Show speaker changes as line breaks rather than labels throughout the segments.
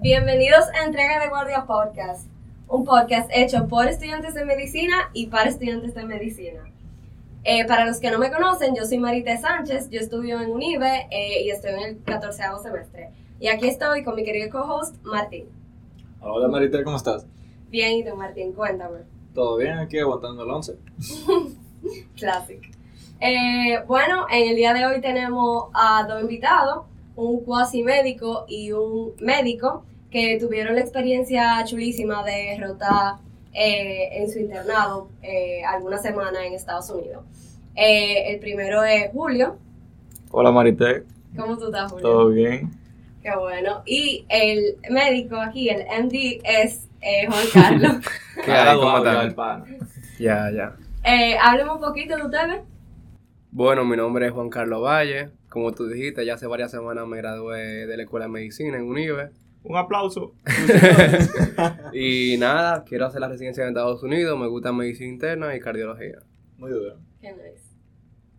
Bienvenidos a Entrega de Guardia Podcast, un podcast hecho por estudiantes de medicina y para estudiantes de medicina. Eh, para los que no me conocen, yo soy Marita Sánchez, yo estudio en UNIVE eh, y estoy en el 14 semestre. Y aquí estoy con mi querido co-host Martín.
Hola Marita, ¿cómo estás?
Bien, y tú Martín, cuéntame.
¿Todo bien aquí aguantando el 11?
Classic. Eh, bueno, en el día de hoy tenemos a dos invitados, un cuasi médico y un médico, que tuvieron la experiencia chulísima de rotar eh, en su internado eh, algunas semanas en Estados Unidos. Eh, el primero es Julio.
Hola Marité,
¿Cómo tú estás, Julio?
¿todo bien?
Qué bueno. Y el médico aquí, el MD, es eh, Juan Carlos.
¿Qué hay? ¿Cómo
Graduado ya
están?
el pana.
Ya, ya.
Eh, háblame un poquito de ustedes.
Bueno, mi nombre es Juan Carlos Valle. Como tú dijiste, ya hace varias semanas me gradué de la Escuela de Medicina en UNIVE.
Un aplauso.
Y nada, quiero hacer la residencia en Estados Unidos. Me gusta medicina interna y cardiología.
Muy bien.
Qué nice.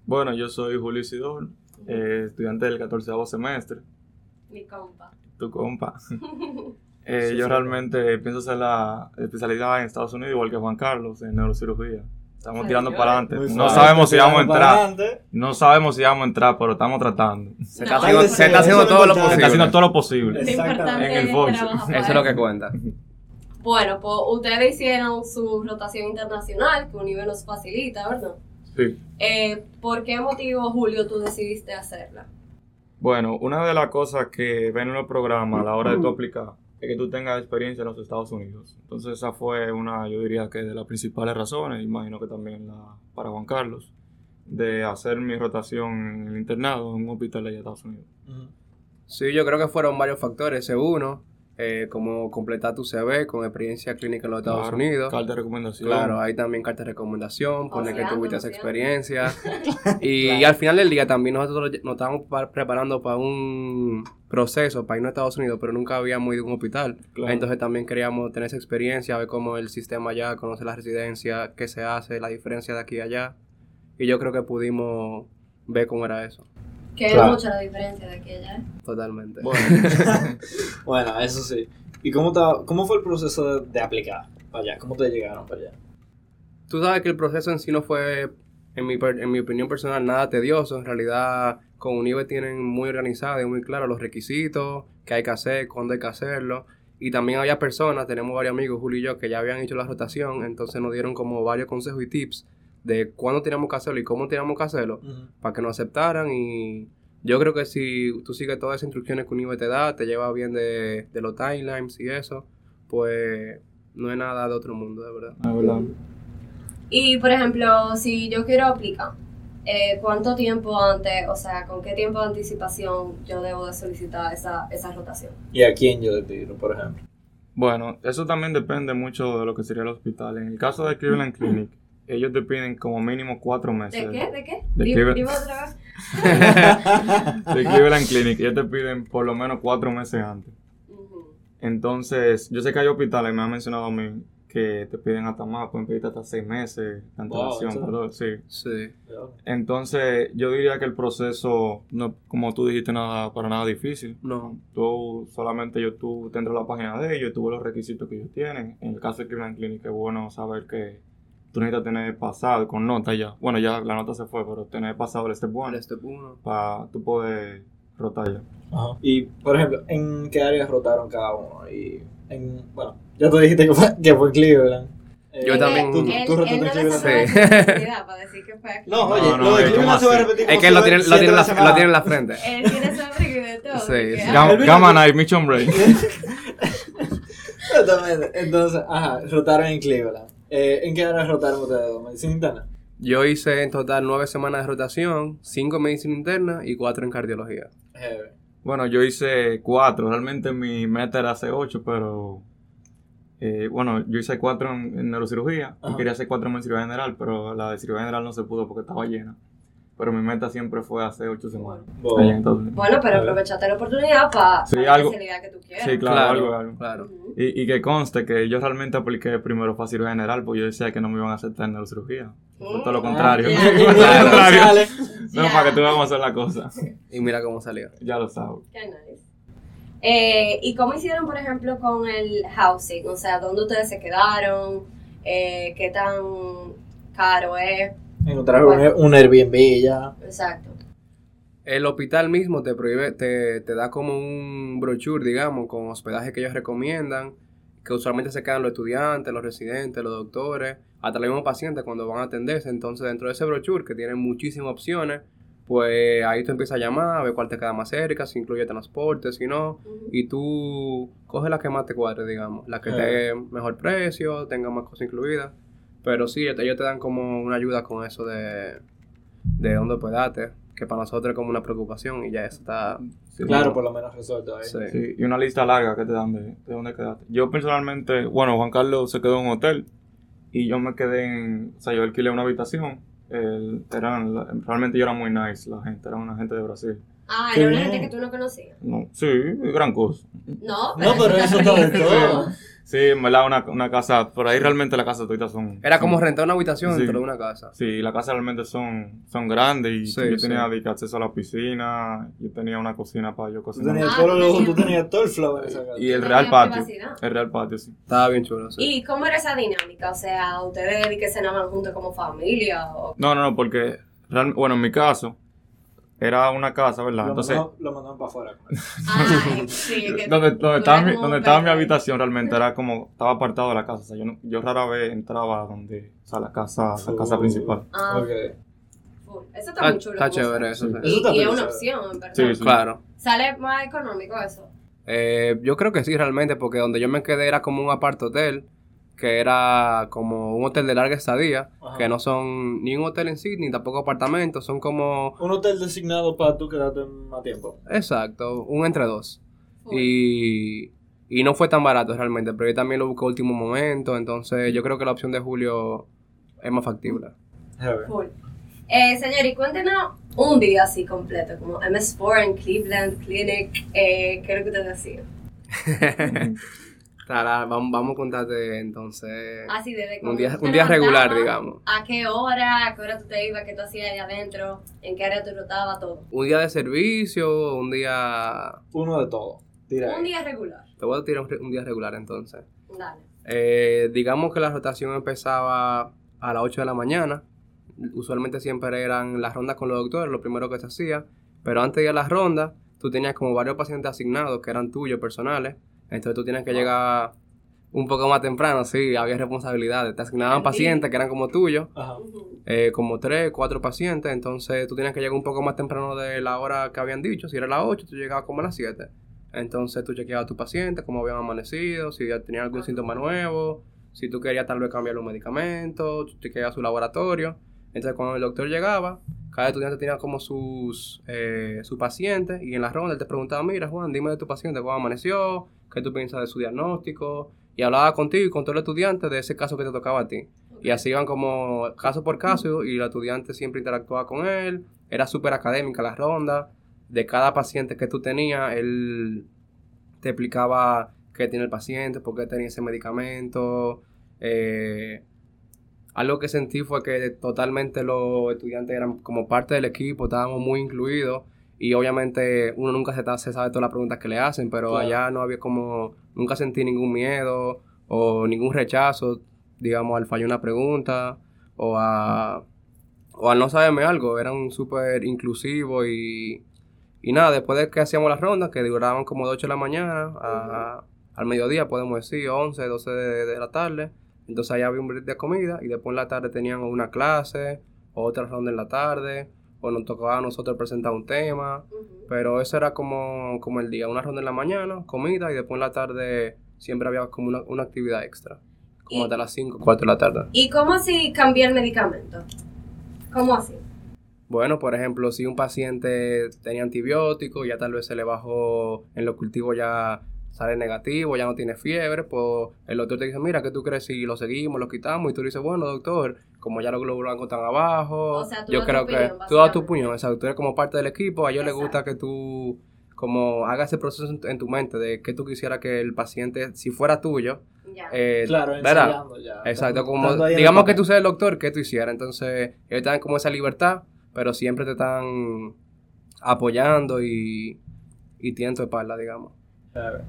Bueno, yo soy Julio Isidor, eh, estudiante del 14 semestre,
Mi compa.
tu compa. Eh,
Sí,
yo
sí.
realmente pienso hacer la especialidad en Estados Unidos, igual que Juan Carlos, en neurocirugía. Estamos
Ay,
tirando
ay.
para adelante.
Muy
No
suave,
sabemos si vamos a
tirando para
entrar.
adelante.
No sabemos si vamos a entrar, pero estamos tratando.
Se está
No,
haciendo,
eso
se está
es
haciendo
lo
todo lo
importante.
posible.
Está haciendo todo lo posible.
Lo
Exactamente.
importante
En el
es
bolso.
trabajar para
Eso es lo que cuenta.
Bueno, pues ustedes hicieron su rotación internacional, que UNIVE nos facilita, ¿verdad?
Sí.
Eh, ¿Por qué motivo, Julio, tú decidiste hacerla?
Bueno, una de las cosas que ven en el programa a la hora de tú aplicar es que tú tengas experiencia en los Estados Unidos. Entonces esa fue una, yo diría que de las principales razones, imagino que también la para Juan Carlos, de hacer mi rotación en el internado en un hospital allá de Estados Unidos.
Sí, yo creo que fueron varios factores. Ese uno, eh, como completar tu CV con experiencia clínica en los Estados
Claro,
Unidos.
Carta de recomendación.
Claro, hay también carta de recomendación, poner que
Oceano,
tuviste esa
oceano.
experiencia. y, y al final del día también nosotros nos estábamos pa- preparando para un proceso para irnos a Estados Unidos, pero nunca habíamos ido a un hospital.
Claro.
ah, Entonces también queríamos tener esa experiencia, ver cómo el sistema allá, conocer la residencia, qué se hace, la diferencia de aquí a allá. Y yo creo que pudimos ver cómo era eso,
Que es
Claro.
mucha la diferencia de aquella. ¿eh?
totalmente.
Bueno. Bueno, eso sí. ¿Y cómo, ta- cómo fue el proceso de, de aplicar para allá? ¿Cómo te llegaron para allá?
Tú sabes que el proceso en sí no fue, en mi, per- en mi opinión personal, nada tedioso. En realidad, con UNIVE tienen muy organizado y muy claro los requisitos, qué hay que hacer, cuándo hay que hacerlo. Y también había personas, tenemos varios amigos, Julio y yo, que ya habían hecho la rotación, entonces nos dieron como varios consejos y tips de cuándo teníamos que hacerlo y cómo teníamos que hacerlo para que nos aceptaran. Y yo creo que si tú sigues todas esas instrucciones que UNIVE te da, te lleva bien de, de los timelines y eso, pues no es nada de otro mundo, de verdad.
La Ah, verdad.
Y, por ejemplo, si yo quiero aplicar, eh, ¿cuánto tiempo antes, o sea, con qué tiempo de anticipación yo debo de solicitar esa, esa rotación?
¿Y a quién yo le tiro, por ejemplo?
Bueno, eso también depende mucho de lo que sería el hospital. En el caso de Cleveland Clinic, ellos te piden como mínimo cuatro
¿De
meses.
qué? ¿De qué?
De
Dime
qué-
dime otra vez.
De Cleveland Clinic, ellos te piden por lo menos cuatro meses antes.
Ujú.
Entonces, yo sé que hay hospitales, me han mencionado a mí, que te piden hasta más, pueden pedirte hasta seis meses de
¿en
antelación,
serio?
perdón, sí.
Sí.
Entonces, yo diría que el proceso, no, como tú dijiste, nada para nada difícil.
No,
Tú solamente yo, tú te entras a la página de ellos, tú ves los requisitos que ellos tienen. En el caso de Cleveland Clinic, es bueno saber que tú necesitas tener pasado con nota ya. Bueno, ya la nota se fue, pero tener pasado el step
al
one
step 1.
para tú poder rotar ya.
Ajá. Y, por ejemplo, ¿en qué áreas rotaron cada uno? Y en, bueno, ya tú dijiste que fue, que fue Cleveland. Eh,
Yo
Él-
también-
Tú,
él-
tú rotaste
él
en
no le
Cleveland.
sacó la
Sí.
responsabilidad para decir que fue aquí.
No, oye,
No, no,
lo de
eh, ¿cómo
Cleveland se va a
así?
repetir.
Es que lo tiene, lo, tiene en la, lo tiene en
la...
la frente.
Él tiene sobrevivido de todo.
Sí,
de que,
sí.
ah,
Gam-
Elvira,
Gamma
tú-
Knife, Mission Break.
Exactamente. Entonces, ajá, rotaron en Cleveland. Eh, ¿En qué áreas rotaron ustedes dos? ¿Medicina interna?
Yo hice en total nueve semanas de rotación, cinco en medicina interna y cuatro en cardiología.
Heavy.
Bueno, yo hice cuatro. Realmente mi meta era hacer ocho, pero. eh, bueno, yo hice cuatro en, en neurocirugía y
Ajá.
quería hacer cuatro en cirugía general, pero la de cirugía general no se pudo porque estaba llena. Pero mi meta siempre fue hacer ocho semanas.
Bo-
Allá en Estados Unidos.
Bueno, pero aprovechaste la oportunidad para
Sí,
la
algo-
especialidad que tú quieras.
Sí, claro, algo, algo.
claro.
Ujú.
Y, y que conste que yo realmente apliqué primero para cirugía general porque yo decía que no me iban a aceptar en neurocirugía. Fue todo lo
Ah,
Mm.
contrario.
Ya.
Fue todo lo
Claro.
contrario.
Sale.
No, para que tú veas cómo hacer la cosa.
Y mira cómo salió.
Ya lo sabes.
Qué nice. Eh, ¿Y cómo hicieron, por ejemplo, con el housing? O sea, ¿dónde ustedes se quedaron? Eh, ¿Qué tan caro es?
Encontrar un, un Airbnb ya.
Exacto.
El hospital mismo te prohíbe, te, te da como un brochure, digamos, con hospedaje que ellos recomiendan, que usualmente se quedan los estudiantes, los residentes, los doctores, hasta los mismos pacientes cuando van a atenderse. Entonces, dentro de ese brochure, que tiene muchísimas opciones, pues ahí tú empiezas a llamar, a ver cuál te queda más cerca, si incluye transporte, si no,
Ujú.
y tú coges la que más te cuadre, digamos, la que te dé mejor precio, tenga más cosas incluidas. Pero sí, este, ellos te- ellos te dan como una ayuda con eso de, de dónde hospedarte, que para nosotros es como una preocupación y ya eso está...
Sí,
Claro,
bueno.
por lo menos resuelto ahí.
Sí.
Sí, y una lista larga que te dan de, de dónde quedarte. Yo personalmente, bueno, Juan Carlos se quedó en un hotel y yo me quedé en, o sea, yo alquilé una habitación. El- eran, la- realmente yo era muy nice la gente, era una gente de Brasil.
Ah,
Qué
era una
bien.
gente que tú no conocías.
No, sí, gran cosa.
No,
No, pero eso está de todo.
Sí, en verdad una, una casa, por ahí realmente las casas toditas son...
Era como
son-
rentar una habitación
Sí.
dentro de una casa.
Sí, las casas realmente son, son grandes y
Sí,
yo
sí.
tenía de que acceso a la piscina, yo tenía una cocina para yo
Tú
cocinar.
tenías
Ah,
todo lo
sí.
tú tenías todo el flow en esa casa.
Y el
No
real
tenía
patio.
privacidad.
El real patio, sí.
Estaba bien chulo, sí.
¿Y cómo era esa dinámica? O sea, ¿ustedes de que cenaban juntos como familia? O...
No, no, no, porque, real- bueno, en mi caso, era una casa, ¿verdad?
Lo
Entonces,
mandaban- lo mandaban para afuera. pues.
Ay, sí, que
donde, donde,
tú
estaba,
eras
mi,
como
donde
un
estaba mi
perro.
habitación realmente era como, estaba apartado de la casa. O sea, yo, no- yo rara vez entraba donde, o sea, la casa, la casa
Oh.
principal.
Ah,
Ok.
full. Eso está
Está,
Ah,
muy chulo.
está
como
chévere
sea.
eso, sí.
Sí. Eso
Y,
está
y es una
chévere.
opción, en ¿verdad?
Sí, sí.
Claro.
¿Sale más económico eso?
Eh, yo creo que sí, realmente, porque donde yo me quedé era como un apart hotel, que era como un hotel de larga estadía,
Ajá.
que no son ni un hotel en sí, ni tampoco apartamentos, son como,
Un hotel designado para tú quedarte más tiempo.
exacto, un entre dos.
Full.
Y, y no fue tan barato realmente, pero yo también lo busqué a último momento, entonces yo creo que la opción de Julio es más factible.
Full. Eh, señor, y cuéntenos un día así completo, como MS4 en Cleveland Clinic, eh, ¿qué es lo que ustedes hacían?
Tara, vamos, vamos a contarte entonces
Así desde
un
cuando
día,
tú te
un día regular,
levantabas,
digamos.
¿A qué hora? ¿A qué hora tú te ibas? ¿Qué tú hacías allá adentro? ¿En qué área tú rotabas? Todo.
Un día de servicio, un día...
Uno de todo. Tira
Un
eh.
ahí.
día regular.
Te voy a tirar un re- un día regular entonces.
Dale.
Eh, digamos que la rotación empezaba a las 8 de la mañana. Usualmente siempre eran las rondas con los doctores, lo primero que se hacía. Pero antes de ir a las rondas, tú tenías como varios pacientes asignados que eran tuyos, personales. Entonces tú tenías que llegar un poco más temprano, sí, había responsabilidades. Te asignaban
Sí.
pacientes que eran como tuyos,
Ajá.
Ujú.
eh, como tres, cuatro pacientes. Entonces tú tenías que llegar un poco más temprano de la hora que habían dicho. Si era las 8, tú llegabas como a las 7. Entonces tú chequeabas a tu paciente, cómo habían amanecido, si ya tenía algún síntoma nuevo, si tú querías tal vez cambiar los medicamentos, tú chequeabas su laboratorio. Entonces cuando el doctor llegaba, cada estudiante tenía como sus, eh, su paciente y en la ronda él te preguntaba, mira Juan, dime de tu paciente, cómo amaneció, qué tú piensas de su diagnóstico. Y hablaba contigo y con todo el estudiante de ese caso que te tocaba a ti. Y así iban como caso por caso y el estudiante siempre interactuaba con él. Era súper académica la ronda. De cada paciente que tú tenías, él te explicaba qué tiene el paciente, por qué tenía ese medicamento. Eh, algo que sentí fue que totalmente los estudiantes eran como parte del equipo, estábamos muy incluidos. Y obviamente uno nunca se, ta- se sabe todas las preguntas que le hacen, pero
Claro.
allá no había como, nunca sentí ningún miedo o ningún rechazo, digamos, al fallar una pregunta o a, o al no saberme algo. Eran súper inclusivos y, y nada, después de que hacíamos las rondas, que duraban como de 8 de la mañana a- al mediodía, podemos decir, 11, 12 de, de la tarde. Entonces allá había un break de comida y después en la tarde tenían una clase, otra ronda en la tarde, o nos tocaba a nosotros presentar un tema.
Ujú.
Pero eso era como, como el día, una ronda en la mañana, comida, y después en la tarde siempre había como una, una actividad extra. Como
Y-
hasta las 5, 4 de la tarde.
¿Y cómo así cambiar medicamento? ¿Cómo así?
Bueno, por ejemplo, si un paciente tenía antibiótico, ya tal vez se le bajó en los cultivos, ya sale negativo, ya no tiene fiebre, pues el doctor te dice, mira, ¿qué tú crees si lo seguimos, lo quitamos? Y tú le dices, bueno, doctor, como ya los glóbulos blancos están abajo,
O sea, tú
yo
das tu
creo que
opinión,
tú das tu
básicamente.
puño, exacto, tú eres como parte del equipo, a ellos les gusta
Exacto.
que tú como hagas ese proceso en, en tu mente de que tú quisieras que el paciente, si fuera tuyo,
Ya.
eh,
Claro,
¿verdad?
ensayando ya.
Exacto,
Estando-
como
estando ahí en el
digamos que
papel.
tú seas el doctor, que tú hicieras. Entonces, ellos te dan como esa libertad, pero siempre te están apoyando y, y tienen tu espalda, digamos.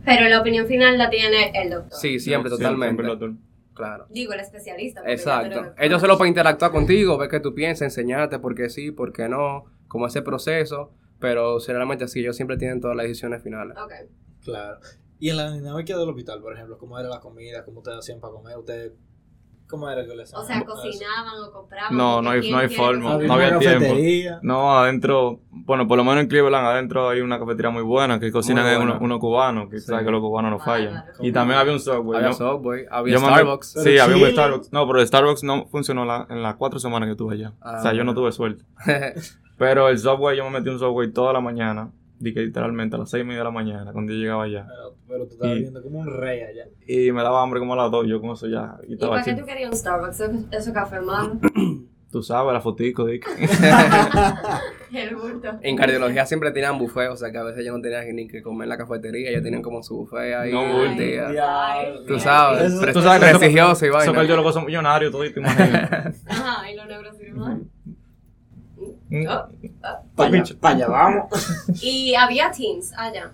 Pero la opinión final la tiene el doctor.
Sí, siempre,
Sí,
totalmente.
siempre lo tor-
Claro.
Digo, el especialista. porque ya tú
Exacto.
eres
Ellos solo para interactuar contigo, ver qué tú piensas, enseñarte por qué sí, por qué no, cómo ese proceso. Pero generalmente sí, ellos siempre tienen todas las decisiones finales.
Ok.
Claro. Y en la dinámica del hospital, por ejemplo, ¿cómo era la comida? ¿Cómo ustedes hacían para comer? ¿Ustedes cómo era que les
O sea, cocinaban o compraban.
No,
porque
no hay-
¿quién
no hay
quiere
forma.
cocinar?
No había
una
tiempo.
cafetería.
No, adentro, bueno, por lo menos en Cleveland, adentro hay una cafetería muy buena que cocinan
buena.
unos unos cubanos, que
Sí.
sabes que los cubanos no
Bárbaro.
fallan. Y también había un Subway.
Había
¿no?
Subway, había
Pues Yo mandé-
Starbucks.
Sí,
Pero
había un
Chile.
Starbucks. No, pero el Starbucks no funcionó la- en las cuatro semanas que estuve allá.
Ah,
o sea, yo no
bueno.
tuve suerte. Pero el Subway, yo me metí en un Subway toda la mañana. Dije literalmente a las seis y media de la mañana, cuando yo llegaba allá.
Pero, pero tú estabas
Y-
viendo como un rey allá.
Y me daba hambre como a las dos, yo con eso ya. Y
¿Y para
estaba
qué
así.
tú querías un Starbucks? Eso, eso café malo.
Tú sabes, la fotico, Dick.
el bulto.
Eh.
en cardiología siempre tenían buffet, o sea que a veces ellos no tenían ni que comer en la cafetería, ellos tenían como su buffet ahí.
No,
todo el
bulto.
día.
Ay,
Diablo.
Tú sabes,
Eso-
pre-
tú sabes que eso-
prestigioso y
Eso
vaina.
yo lo son millonarios, todo, y te imaginas.
Ajá, y los neurocirujanos.
Mm.
Oh, oh.
Pa' allá- pa' allá vamos.
Y había teams allá.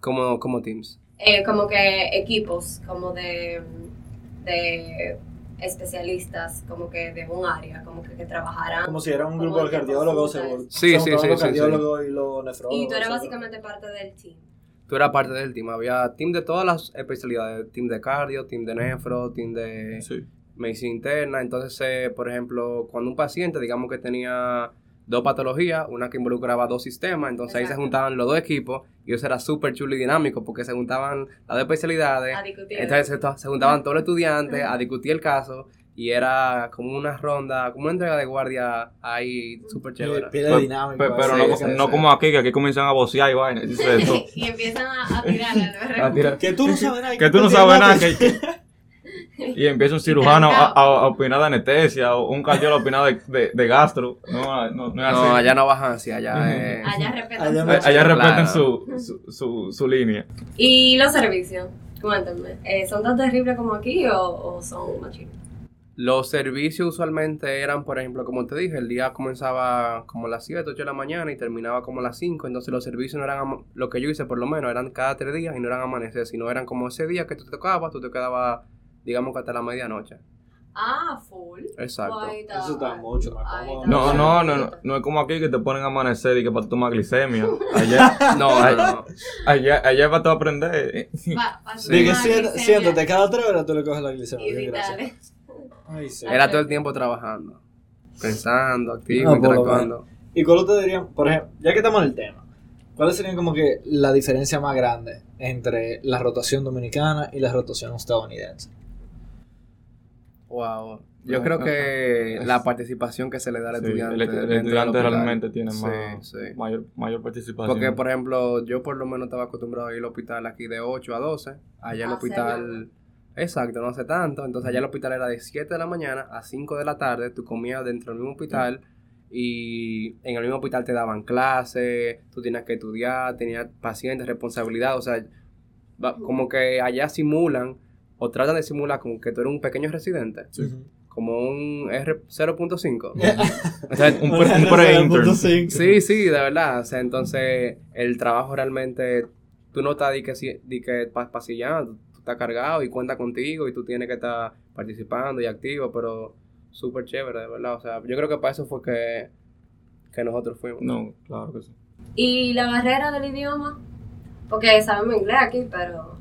Como, como Teams.
eh, como que equipos como de, de especialistas como que de un área como que, que trabajaran
Como si era un grupo de
Como que
cardiólogos,
consultas.
seguro.
Sí,
Se
sí,
juntaban
sí,
Los
sí, sí.
cardiólogos y los nefrólogos.
y tú eres
seguro.
básicamente parte del team
Tú eras parte del team, había team de todas las especialidades, team de cardio, team de nefro, team de
Sí.
medicina interna. Entonces, eh, por ejemplo, cuando un paciente, digamos que tenía dos patologías, una que involucraba dos sistemas, entonces ahí se
Exacto.
juntaban los dos equipos y eso era súper chulo y dinámico porque se juntaban las dos especialidades.
a discutir
Entonces se, to- se juntaban todos los estudiantes a discutir el caso y era como una ronda, como una entrega de guardia ahí súper
Pide,
chévere.
pide dinámico.
Pe- pero
sí,
no,
sí,
no
sí.
como aquí, que aquí comienzan a vocear y vaina. y dice eso.
y empiezan a, a tirar al
Ah,
A
berre.
tirar-
Que tú no sabes nada.
que tú no sabes nada. que- que- y empieza un cirujano a,
Trancao.
a- a opinar de anestesia o un cardiólogo a opinar de, de- de gastro. No, no, no es así.
No, allá no bajan así, allá
Ah, Ujú.
es...
allá respetan
Allá
su-
A- Allá
Claro.
respetan su, su, su, su línea.
y los servicios cuéntame eh, son tan terribles como aquí o, o son machinos
Los servicios usualmente eran, por ejemplo, como te dije, el día comenzaba como a las 7, 8 de la mañana y terminaba como a las 5. Entonces, los servicios no eran, ama- lo que yo hice por lo menos, eran cada tres días y no eran amanecer, sino eran como ese día que tú te tocabas, tú te quedabas, digamos que hasta la medianoche.
ah full
Exacto.
Ay,
Eso está mucho más
Ay,
cómodo.
No, no, no, no,
está-
no es como aquí que te ponen a amanecer y que para tú tomar glicemia. Allá,
No, no, no.
allá, allá es para tú aprender.
Va- va a ser
Dije,
una
siéntate,
glicemia
siéntate, cada tres horas tú le coges la glicemia.
y
bien, gracias.
vitales.
Ay, sí.
Era todo el tiempo trabajando, pensando, activo,
No, por lo
interactuando.
¿Y cuál ustedes dirían, por ejemplo, ya que estamos en el tema, cuáles serían como que la diferencia más grande entre la rotación dominicana y la rotación estadounidense?
Wow. Yo
No,
creo
no,
que
no.
la participación que se le da al
Sí,
estudiante.
el, el
dentro del
estudiante
hospital.
realmente tiene
Sí,
más,
sí.
Mayor, mayor participación.
Porque, por ejemplo, yo por lo menos estaba acostumbrado a ir al hospital aquí de 8 a 12. Allá el
No hace
hospital.
nada.
Exacto, no hace tanto. Entonces, allá el hospital era de 7 de la mañana a 5 de la tarde. Tú comías dentro del mismo hospital. Y en el mismo hospital te daban clases. Tú tenías que estudiar. Tenías pacientes, responsabilidad. O sea, va- como que allá simulan o tratan de simular como que tú eres un pequeño residente.
Ujú.
Como un R0.5. o sea,
Un pre- un pre-intern.
Sí, sí, de verdad. O sea, entonces el trabajo realmente, tú no estás di que, si- di que pas- pasillando, tú estás cargado y cuenta contigo y tú tienes que estar participando y activo, pero súper chévere, de verdad. O sea, yo creo que para eso fue que, que nosotros fuimos.
No, claro que sí.
¿Y la barrera del idioma? Porque sabemos inglés aquí, pero...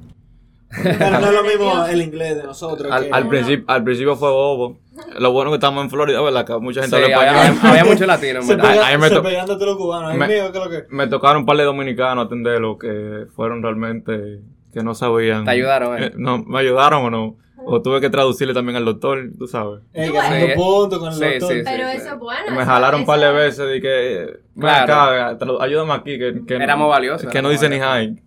Pero no es lo mismo eh. el inglés de nosotros.
Al,
que-
al, principio, al principio fue bobo. Lo bueno que estamos en Florida, ¿verdad? Que mucha
Sí,
gente habla
había,
español.
había- había mucho latino, en
se
verdad.
pega,
ahí me
se
to-
pegándote los cubanos. Ay,
me-
mío, ¿qué es lo que?
Me tocaron un par de dominicanos atender lo que fueron realmente que no sabían.
Te ayudaron,
Eh,
¿eh?
no, ¿Me ayudaron o no? O tuve que traducirle también al doctor, tú sabes.
Eh,
Sí,
ganando
eh.
puntos con el
Sí,
doctor.
sí, sí.
Pero eso es bueno.
Me
eso-
jalaron un par de
eso-
veces y que, eh, ven
Claro.
acá, tra- ayúdame aquí. Que, que no-
Éramos valiosos,
Que no
éramos
dice ni
valiosos.
hi.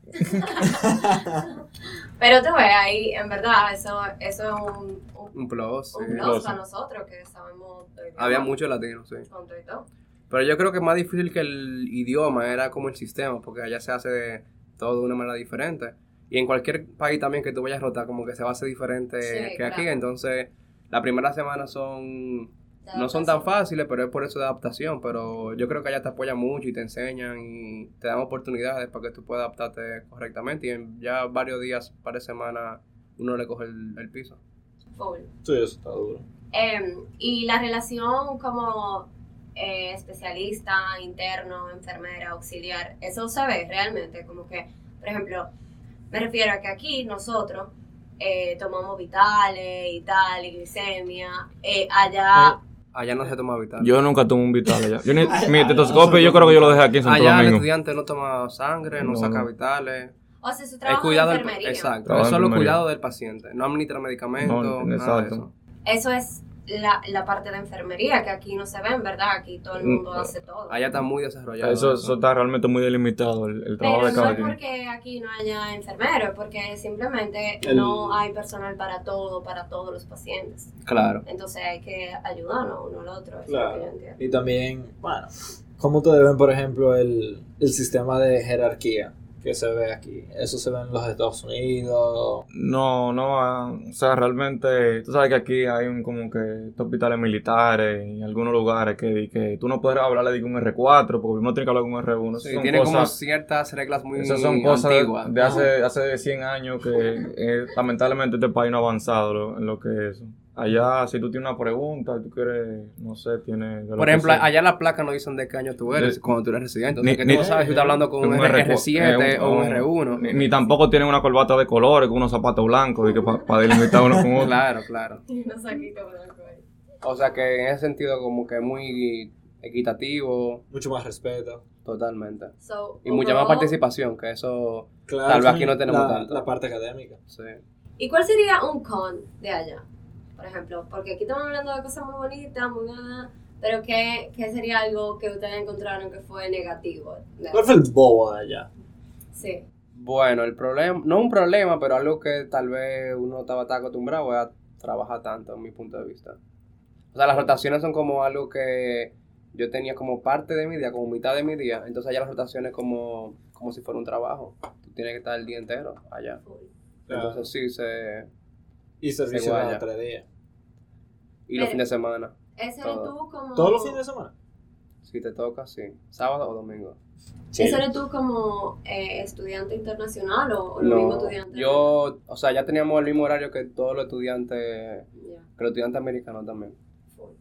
Pero tú ves, ahí, en verdad, eso, eso es un, un,
Un plus, sí.
un plus
plus.
para nosotros, que sabemos... de idioma,
Había mucho latino, sí.
con todo y todo.
Pero yo creo que más difícil que el idioma era como el sistema, porque allá se hace de- todo de una manera diferente. Y en cualquier país también que tú vayas a rotar, como que se va a hacer diferente
Sí,
que aquí.
claro.
Entonces, la primera semana son No son tan fáciles, pero es por eso de adaptación. Pero yo creo que allá te apoyan mucho y te enseñan y te dan oportunidades para que tú puedas adaptarte correctamente. Y en ya varios días, para semana, uno le coge el, el piso.
Full.
Sí, eso está duro.
Em, y la relación como eh, especialista, interno, enfermera, auxiliar, eso se ve realmente, como que, por ejemplo, me refiero a que aquí nosotros eh, tomamos vitales y tal, y glicemia, eh, allá...
Allá no se toma vital.
Yo nunca tomo un vital allá. Yo ni, mi estetoscopio yo creo que yo lo dejé aquí en Santo
allá el
Domingo.
estudiante no toma sangre, no,
No,
saca
no.
vitales.
O sea, su
El
trabajo
cuidado
de
del,
enfermería.
exacto.
Trabajo de
es solo
enfermería.
cuidado del paciente. No administra medicamentos,
No,
nada
exacto.
de eso.
Eso es la, la parte de enfermería, que aquí no se ven, ¿verdad? Aquí todo el mundo
Mm,
hace todo.
Allá está muy desarrollado.
Eso, eso está realmente muy delimitado, el, el trabajo
Pero
de
no
cada
es
quien.
porque aquí no haya enfermeros, porque simplemente
El-
no hay personal para todo, para todos los pacientes.
Claro.
Entonces hay que ayudarnos uno al otro. eso
Claro.
es lo que yo entiendo.
Y también, bueno, ¿cómo te ven, por ejemplo, el, el sistema de jerarquía que se ve aquí? Eso se ve en los Estados Unidos.
No, no, ah, o sea, realmente, tú sabes que aquí hay un, como que estos hospitales militares y algunos lugares que, di que tú no puedes hablarle de que un R4 porque primero tienes que hablar con un R1.
Sí,
Esas son
tiene como
cosas-
ciertas reglas muy
Esas son cosas de-
antiguas.
de hace, hace 100 años que eh, lamentablemente este país no ha avanzado lo- en lo que es eso. Allá, si tú tienes una pregunta, tú quieres, no sé, tienes... de lo
Por
que
ejemplo,
sea.
allá las placas no dicen de qué año tú eres
Ni-
cuando tú eres residente. O sea,
ni-
que
ni-
tú no sabes si estás hablando con un,
R4,
R7
eh,
o un
un- Ni,
R1.
ni tampoco tienen una corbata de colores con unos zapatos blancos y que para delimitar uno con otro.
Claro, claro.
No sé aquí cómo lo coge.
O sea que en ese sentido como que es muy equitativo
Mucho más respeto.
totalmente.
So,
Y mucha más
overall,
participación, que eso...
Claro,
Tal vez aquí
también
no tenemos
la-
tanto.
La parte académica.
Sí.
¿Y cuál sería un con de allá? Por ejemplo, porque aquí estamos hablando de cosas muy bonitas, muy nada, pero ¿qué, ¿qué sería algo que ustedes encontraron que fue negativo? de-
¿Cuál fue el bobo de allá?
Sí.
Bueno, el problema, no un problema, pero algo que tal vez uno estaba tan acostumbrado a trabajar tanto, en mi punto de vista. O sea, las rotaciones son como algo que yo tenía como parte de mi día, como mitad de mi día. Entonces allá las rotaciones como, como si fuera un trabajo. Tú tienes que estar el día entero allá. Entonces sí, se...
y servicio
Igual
de
allá.
los tres días.
Y los
Pero-
fines de semana.
Ese eres
Todo.
tú como...
¿Todos los fines de semana?
Si te toca, sí. Sábado o domingo.
¿Eso eres tú como eh, estudiante internacional o, o lo mismo estudiante?
yo, o sea, ya teníamos el mismo horario que todos los estudiantes,
Ya,
que los estudiantes americanos también.
full.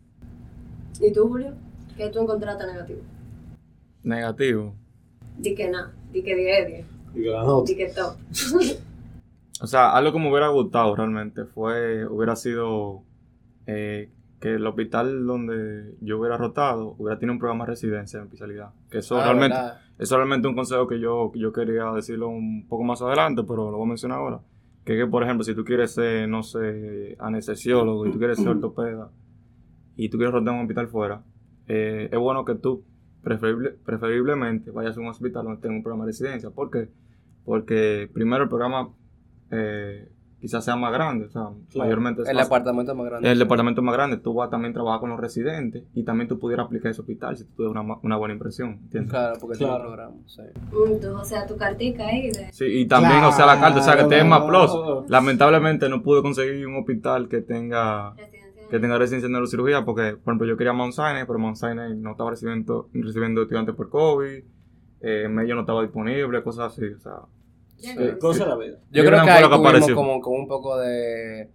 ¿Y tú, Julio? ¿Qué tú encontraste negativo?
Negativo.
Di que nada, di que 10 10,
Digo, la nota.
di que todo.
O sea, algo que me hubiera gustado realmente fue, hubiera sido eh, que el hospital donde yo hubiera rotado hubiera tenido un programa de residencia en especialidad. Que eso
Ah,
realmente,
¿verdad?
eso realmente un consejo que yo, que yo quería decirlo un poco más adelante, pero lo voy a mencionar ahora. Que, que, por ejemplo, si tú quieres ser, no sé, anestesiólogo y tú quieres ser ortopeda y tú quieres rotar en un hospital fuera, eh, es bueno que tú preferible- preferiblemente vayas a un hospital donde tenga un programa de residencia. ¿Por qué? Porque primero el programa eh, quizás sea más grande, o sea, mayormente es
El
más-
apartamento más grande.
el
sí.
departamento más grande, tú vas a también trabajar con los residentes y también tú pudieras aplicar ese hospital si tú tuvieras una, ma- una buena impresión, ¿entiendes?
Claro, porque tiene
Claro.
un programa, sí.
Mm, tú, o sea, tu cartica ahí de...
Sí, y también, o sea, la carta, o sea, que te dé más plus.
Claro.
Lamentablemente no pude conseguir un hospital que tenga
residencia de-
que tenga residencia en neurocirugía porque, por ejemplo, yo quería Mount Sinai, pero Mount Sinai no estaba recibiendo, recibiendo estudiantes por COVID, eh, medio no estaba disponible, cosas así, o sea.
Ya
sí.
no sé.
Cosa Eh, de la vida.
Yo
Yo
creo
creo
que
que
ahí
fue lo que
tuvimos
apareció.
como, como un poco de,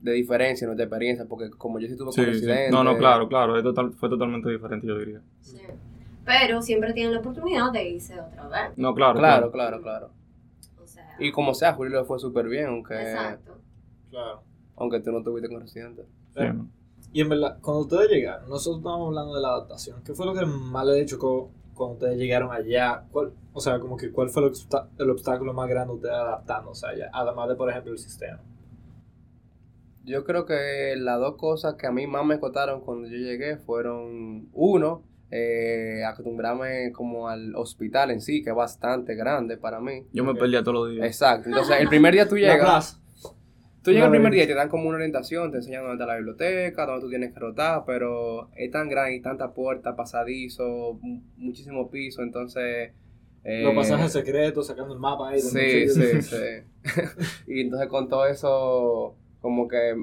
de diferencia en nuestra experiencia, porque como yo sí tuve
Sí,
con
sí.
residentes...
No, no, claro, claro, es total- fue totalmente diferente, yo diría.
Sí. Pero siempre tienen la oportunidad de irse otra vez.
No, claro,
Claro,
claro.
claro, claro.
O sea,
Y como sea, Julio le fue súper bien,
Eh,
aunque,
exacto.
Claro.
aunque tú no estuviste con residentes.
Eh,
Sí.
Y en verdad, cuando ustedes llegaron, nosotros estábamos hablando de la adaptación. ¿Qué fue lo que más les chocó cuando ustedes llegaron allá? ¿Cuál, o sea, como que cuál fue el, obsta- el obstáculo más grande de ustedes adaptándose allá? Además de, por ejemplo, el sistema.
Yo creo que las dos cosas que a mí más me costaron cuando yo llegué fueron, uno, eh, acostumbrarme como al hospital en sí, que es bastante grande para mí.
Yo me
Ok.
perdía todos los días.
Exacto. Entonces, el primer día tú
La
llegas...
plaza.
Tú llegas
Una
el primer
vez.
día y te dan como una orientación, te enseñan dónde está la biblioteca, dónde tú tienes que rotar, pero es tan grande y tantas puertas, pasadizos, mu- muchísimos pisos, entonces... eh,
Los pasajes secretos, sacando el mapa ahí. de
Sí,
muchos
sí,
sitios.
sí. y entonces con todo eso, como que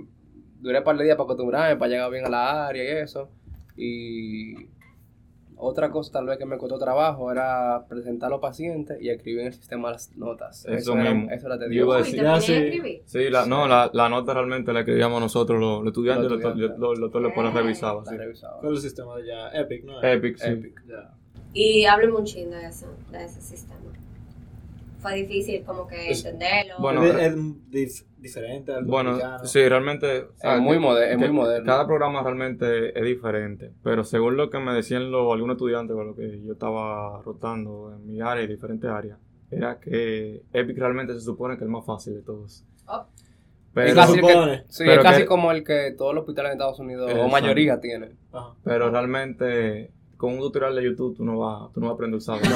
duré un par de días para acostumbrarme, para llegar bien a la área y eso. Y otra cosa tal vez que me costó trabajo era presentar a los pacientes y escribir en el sistema las notas.
Eso
era,
mismo.
Eso era
Yo
tedioso.
iba
Uy,
a decir-
te
Ya
ponías a
sí.
escribir.
Sí, la, no, la, la nota realmente la escribíamos nosotros los, los estudiantes,
Los
los
estudiantes.
los- los doctores después la revisaban.
La
sí.
revisaba.
¿Cuál es el sistema de ya? Epic, ¿no?
Epic, sí.
Epic.
Ya.
Y háblame un chin de eso, de ese sistema. Fue difícil como que
Es-
entenderlo.
Bueno,
es,
re-
es dif- diferente al
Bueno,
dominicano.
sí, realmente. o sea,
Es muy
que-
moder- es muy
que
moderno.
Cada programa realmente es diferente. Pero según lo que me decían los, algunos estudiantes con los que yo estaba rotando en mi área y diferentes áreas, era que Epic realmente se supone que es el más fácil de todos.
Oh.
Pero,
Es casi que-
Supone.
sí,
Pero
es casi
que-
como el que todos los hospitales en Estados Unidos, o
Exacto.
mayoría, tienen.
Ajá.
pero realmente con un tutorial de YouTube tú no vas, tú no vas a aprender a usarlo.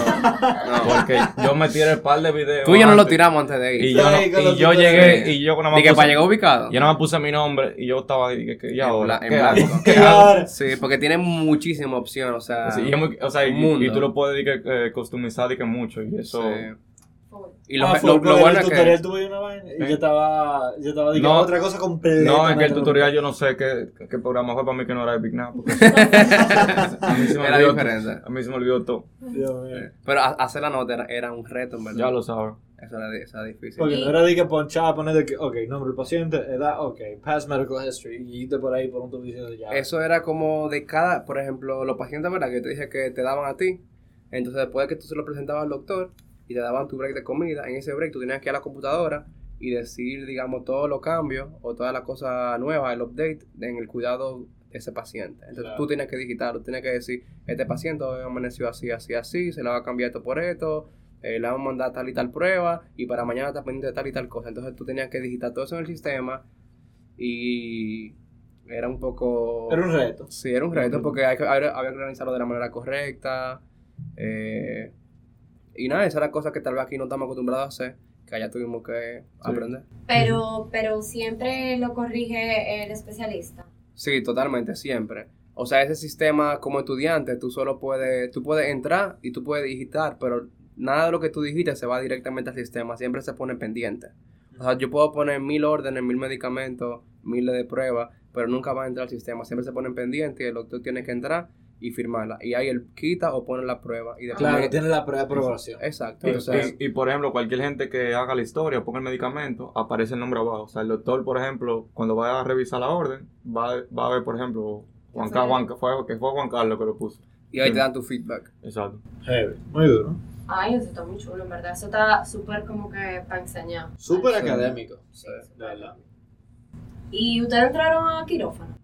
No.
Porque yo me tiré el par de videos.
Tú y yo no lo
antes,
tiramos antes de
Y
ir.
yo, no-
Sí, con los
y yo
tutoriales.
llegué y yo nada más
Dije,
puse-
para llegar ubicado.
Yo nada más puse mi nombre y yo estaba ahí, que- que- y
En
ahora.
bla- en
¿qué hago?
blanco.
¿Qué hago?
Claro.
Sí, porque tiene muchísima opción, o sea.
Pues Sí, y es muy- o sea, y,
mundo.
y tú lo puedes di que, eh, customizar di que mucho y eso.
sí.
Full.
Y lo,
Ah,
lo-
fue
lo
por el
bueno es
tutorial
que.
tuve una vaina y
Sí.
yo estaba, yo estaba
No.
diciendo otra cosa completa.
No, es que el tutorial yo no sé qué, qué programa fue para mí que no era Epic Now. porque a mí se me
Era
olvidó-
diferente.
A mí se me olvidó todo.
Dios mío.
Pero ha- hacer la nota era, era un reto, en verdad.
Ya lo sabes.
Eso era, di- eso era difícil.
Porque no era de que ponchaba, poner de que, ok, nombre del paciente, edad, ok, past medical history, y irte por ahí por un tubo de ya.
Eso era como de cada, por ejemplo, los pacientes, ¿verdad? Que te dije que te daban a ti. Entonces, después de que tú se lo presentabas al doctor y te daban tu break de comida, en ese break tú tenías que ir a la computadora y decir, digamos, todos los cambios o todas las cosas nuevas, el update en el cuidado de ese paciente. Entonces,
Claro.
tú tenías que digitarlo, tú tenías que decir, este paciente hoy amaneció así, así, así, se le va a cambiar esto por esto, eh, le vamos a mandar tal y tal prueba y para mañana está pendiente de tal y tal cosa. Entonces, tú tenías que digitar todo eso en el sistema y era un poco...
Era un reto.
Sí, era un reto porque hay que- había había que organizarlo de la manera correcta. eh, y nada, esa es la cosa que tal vez aquí no estamos acostumbrados a hacer, que allá tuvimos que aprender.
Pero, pero siempre lo corrige el especialista.
Sí, totalmente, siempre. O sea, ese sistema como estudiante, tú solo puedes, tú puedes entrar y tú puedes digitar, pero nada de lo que tú digites se va directamente al sistema, siempre se pone pendiente. O sea, yo puedo poner mil órdenes, mil medicamentos, miles de pruebas, pero nunca va a entrar al sistema, siempre se ponen pendientes y el doctor tiene que entrar y firmarla. Y ahí él quita o pone la prueba y después...
Claro, tiene la preaprobación.
Exacto.
Y,
o sea,
y- y, por ejemplo, cualquier gente que haga la historia, ponga el medicamento, aparece el nombre abajo. O sea, el doctor, por ejemplo, cuando va a revisar la orden, va, va a ver, por ejemplo, Juan, Ca- Juan, fue, que fue Juan Carlos que lo puso.
y ahí te dan tu feedback.
Exacto.
Heavy. Muy duro.
Ay, eso está muy chulo, en verdad. Eso está súper como que para enseñar.
Súper
Ay, sí.
académico.
Sí,
de verdad.
¿Y ustedes entraron a quirófano?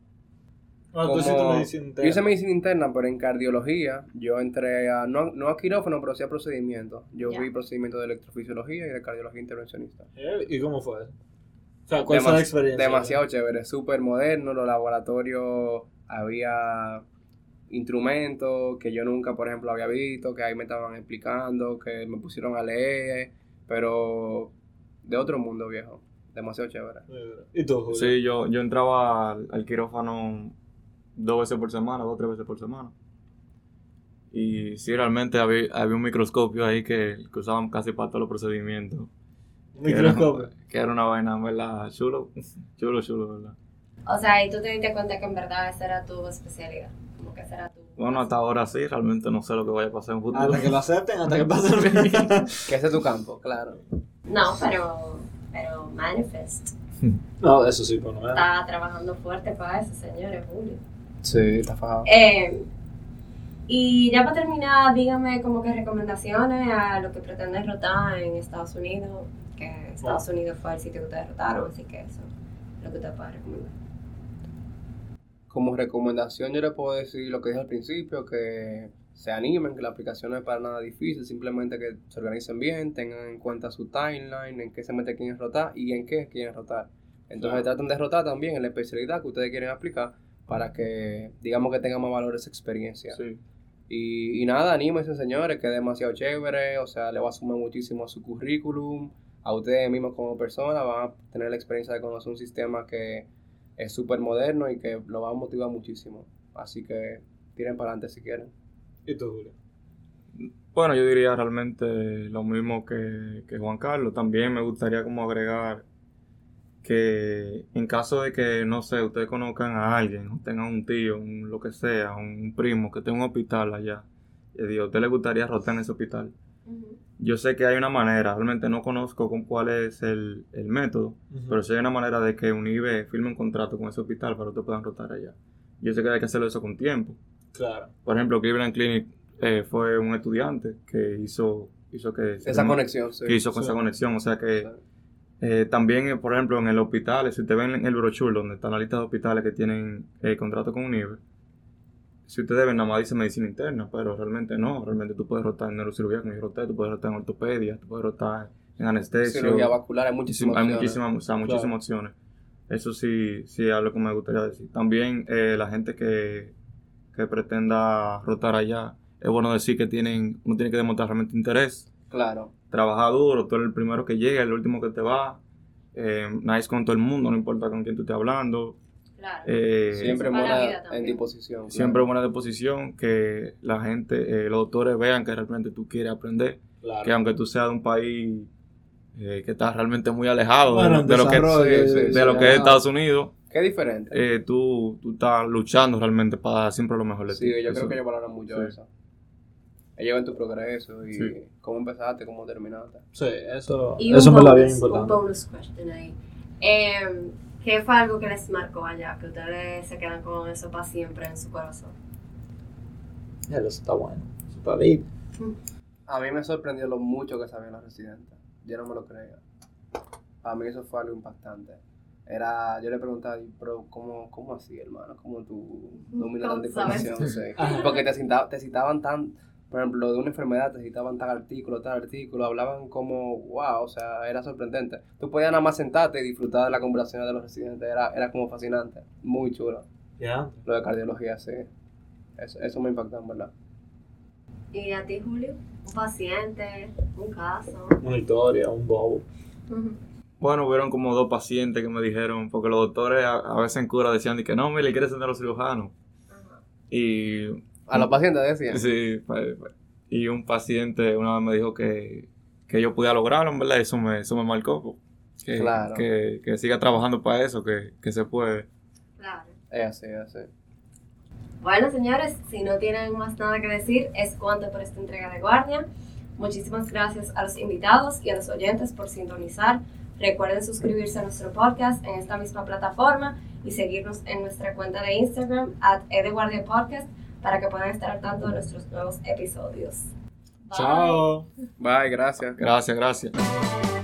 Bueno, tú sí te
Como-
lo dices
Yo hice medicina interna, pero en cardiología yo entré a, no, no a quirófano, pero sí a procedimientos. Yo
Ya.
vi procedimientos de electrofisiología y de cardiología intervencionista.
Eh, ¿Y cómo fue? O sea, ¿cuál fue
Demasi-
la experiencia?
Demasiado chévere, súper moderno, los laboratorios, había instrumentos que yo nunca, por ejemplo, había visto, que ahí me estaban explicando, que me pusieron a leer, pero de otro mundo viejo, demasiado chévere.
Muy duro. Eh, ¿Y tú, Julio?
Sí, yo, yo entraba al, al quirófano dos veces por semana, dos o tres veces por semana. Y sí, realmente había, había un microscopio ahí que, que usaban casi para todos los procedimientos. Que era-
Microscopio.
Que era una vaina, en ¿verdad? Chulo, chulo, chulo, ¿verdad?
O sea, y tú te diste cuenta que en verdad esa era tu especialidad. Como que esa era tu.
Bueno, hasta ahora sí, realmente no sé lo que vaya a pasar en futuro.
Hasta que lo acepten, hasta que pasen.
Que ese es tu campo, claro.
No, pero. Pero Manifest
no, eso sí, por lo menos.
está trabajando fuerte para eso, señores, Julio.
Sí, está fajado.
Eh, y ya para terminar, dígame como que recomendaciones a lo que pretenden rotar en Estados Unidos, que Estados Unidos fue el sitio que ustedes rotaron, así que eso es lo que ustedes pueden recomendar.
Como recomendación yo le puedo decir lo que dije al principio, que se animen, que la aplicación no es para nada difícil, simplemente que se organicen bien, tengan en cuenta su timeline, en qué se mete quieren rotar y en qué quieren rotar. Entonces
Claro.
traten de rotar también en la especialidad que ustedes quieren aplicar para que digamos que tengan más valor esa experiencia.
Sí.
Y, y nada, anímense señores, que es demasiado chévere, o sea, le va a sumar muchísimo a su currículum, a ustedes mismos como personas, van a tener la experiencia de conocer un sistema que es súper moderno y que lo va a motivar muchísimo. Así que tiren para adelante si quieren.
¿Y tú, Julio?
Bueno, yo diría realmente lo mismo que, que Juan Carlos. También me gustaría como agregar que en caso de que, no sé, ustedes conozcan a alguien, o tengan un tío, un, lo que sea, un primo que tenga un hospital allá, y digo, ¿a usted le gustaría rotar en ese hospital?
Ujú.
Yo sé que hay una manera, realmente no conozco con cuál es el, el método,
Ujú.
pero sí hay una manera de que UNIBE firme un contrato con ese hospital para que te puedan rotar allá. Yo sé que hay que hacerlo eso con tiempo.
Claro.
Por ejemplo, Cleveland Clinic eh, fue un estudiante que hizo, hizo que... se
Esa
firma-
conexión, sí.
que hizo con
Sí.
esa conexión. O sea que
Claro.
eh, también, eh, por ejemplo, en el hospital, si te ven en el brochure donde está la lista de hospitales que tienen eh, contrato con UNIBE, si ustedes ven, nada más dice medicina interna, pero realmente no. Realmente tú puedes rotar en neurocirugía, como yo roté, tú puedes rotar en ortopedia, tú puedes rotar en anestesia.
Cirugía vascular, hay
Muchísimo-
muchísimas
hay
opciones.
muchísimas, o sea, muchísimas
Claro.
opciones. Eso sí, sí es algo que me gustaría decir. También eh, la gente que, que pretenda rotar allá, es bueno decir que tienen, uno tiene que demostrar realmente interés
Claro.
trabaja duro, tú eres el primero que llega, el último que te va, eh, nice con todo el mundo, no importa con quién tú estés hablando,
Claro.
eh,
Siempre
Eso para la vida
buena en
también.
disposición. claro.
siempre buena disposición, que la gente, eh, los doctores vean que realmente tú quieres aprender,
Claro.
que aunque tú seas de un país eh, que está realmente muy alejado de-
Bueno, en
de, lo que,
desarrollo,
sí, sí,
de lo
ya.
que es Estados Unidos,
Qué diferente.
eh, tú, tú estás luchando realmente para dar siempre lo mejor de
Sí,
ti.
yo
Eso-
creo que ellos valoran mucho
sí.
eso. Ellos ven tu progreso y
Sí.
cómo empezaste, cómo terminaste.
Sí, eso,
Y
eso
un
me lo había
bonus, Un
importante.
bonus question ahí. Eh, ¿Qué fue algo que les marcó allá? Que ustedes se quedan con eso para siempre en su corazón.
Ya, Eso está bueno. Eso está deep.
A mí me sorprendió lo mucho que sabían los residentes. Yo no me lo creía. Para mí eso fue algo impactante. Era, yo le preguntaba, "Y, pero ¿cómo, cómo así, hermano? ¿Cómo tú dominas
¿Cómo
tanta
sabes?
información? Sí. Porque te, cita- te citaban tan, por ejemplo, de una enfermedad, te citaban tal artículo, tal artículo, hablaban como, wow, o sea, era sorprendente. Tú podías nada más sentarte y disfrutar de la conversación de los residentes, era, era como fascinante, muy chulo.
Ya.
Lo de cardiología, sí. Eso, eso me impactó, en verdad.
¿Y a ti, Julio? ¿Un paciente? ¿Un caso?
Una historia, un bobo.
Bueno, hubieron como dos pacientes que me dijeron, porque los doctores a, a veces en cura decían de que no, mire, quieres ser neurocirujano.
Ajá.
Y
A los pacientes decían.
Sí, pa- pa- y un paciente una vez me dijo que, que yo podía lograrlo, en verdad, y eso me, eso me marcó. pues, Que,
Claro.
que, que siga trabajando para eso, que, que se puede.
Claro.
Es así, es así.
Bueno, señores, si no tienen más nada que decir, es cuanto por esta entrega de guardia. Muchísimas gracias a los invitados y a los oyentes por sintonizar. Recuerden suscribirse a nuestro podcast en esta misma plataforma y seguirnos en nuestra cuenta de Instagram, at Podcast, para que puedan estar al tanto de nuestros nuevos episodios. Bye.
Chao.
Bye, gracias.
Gracias, gracias.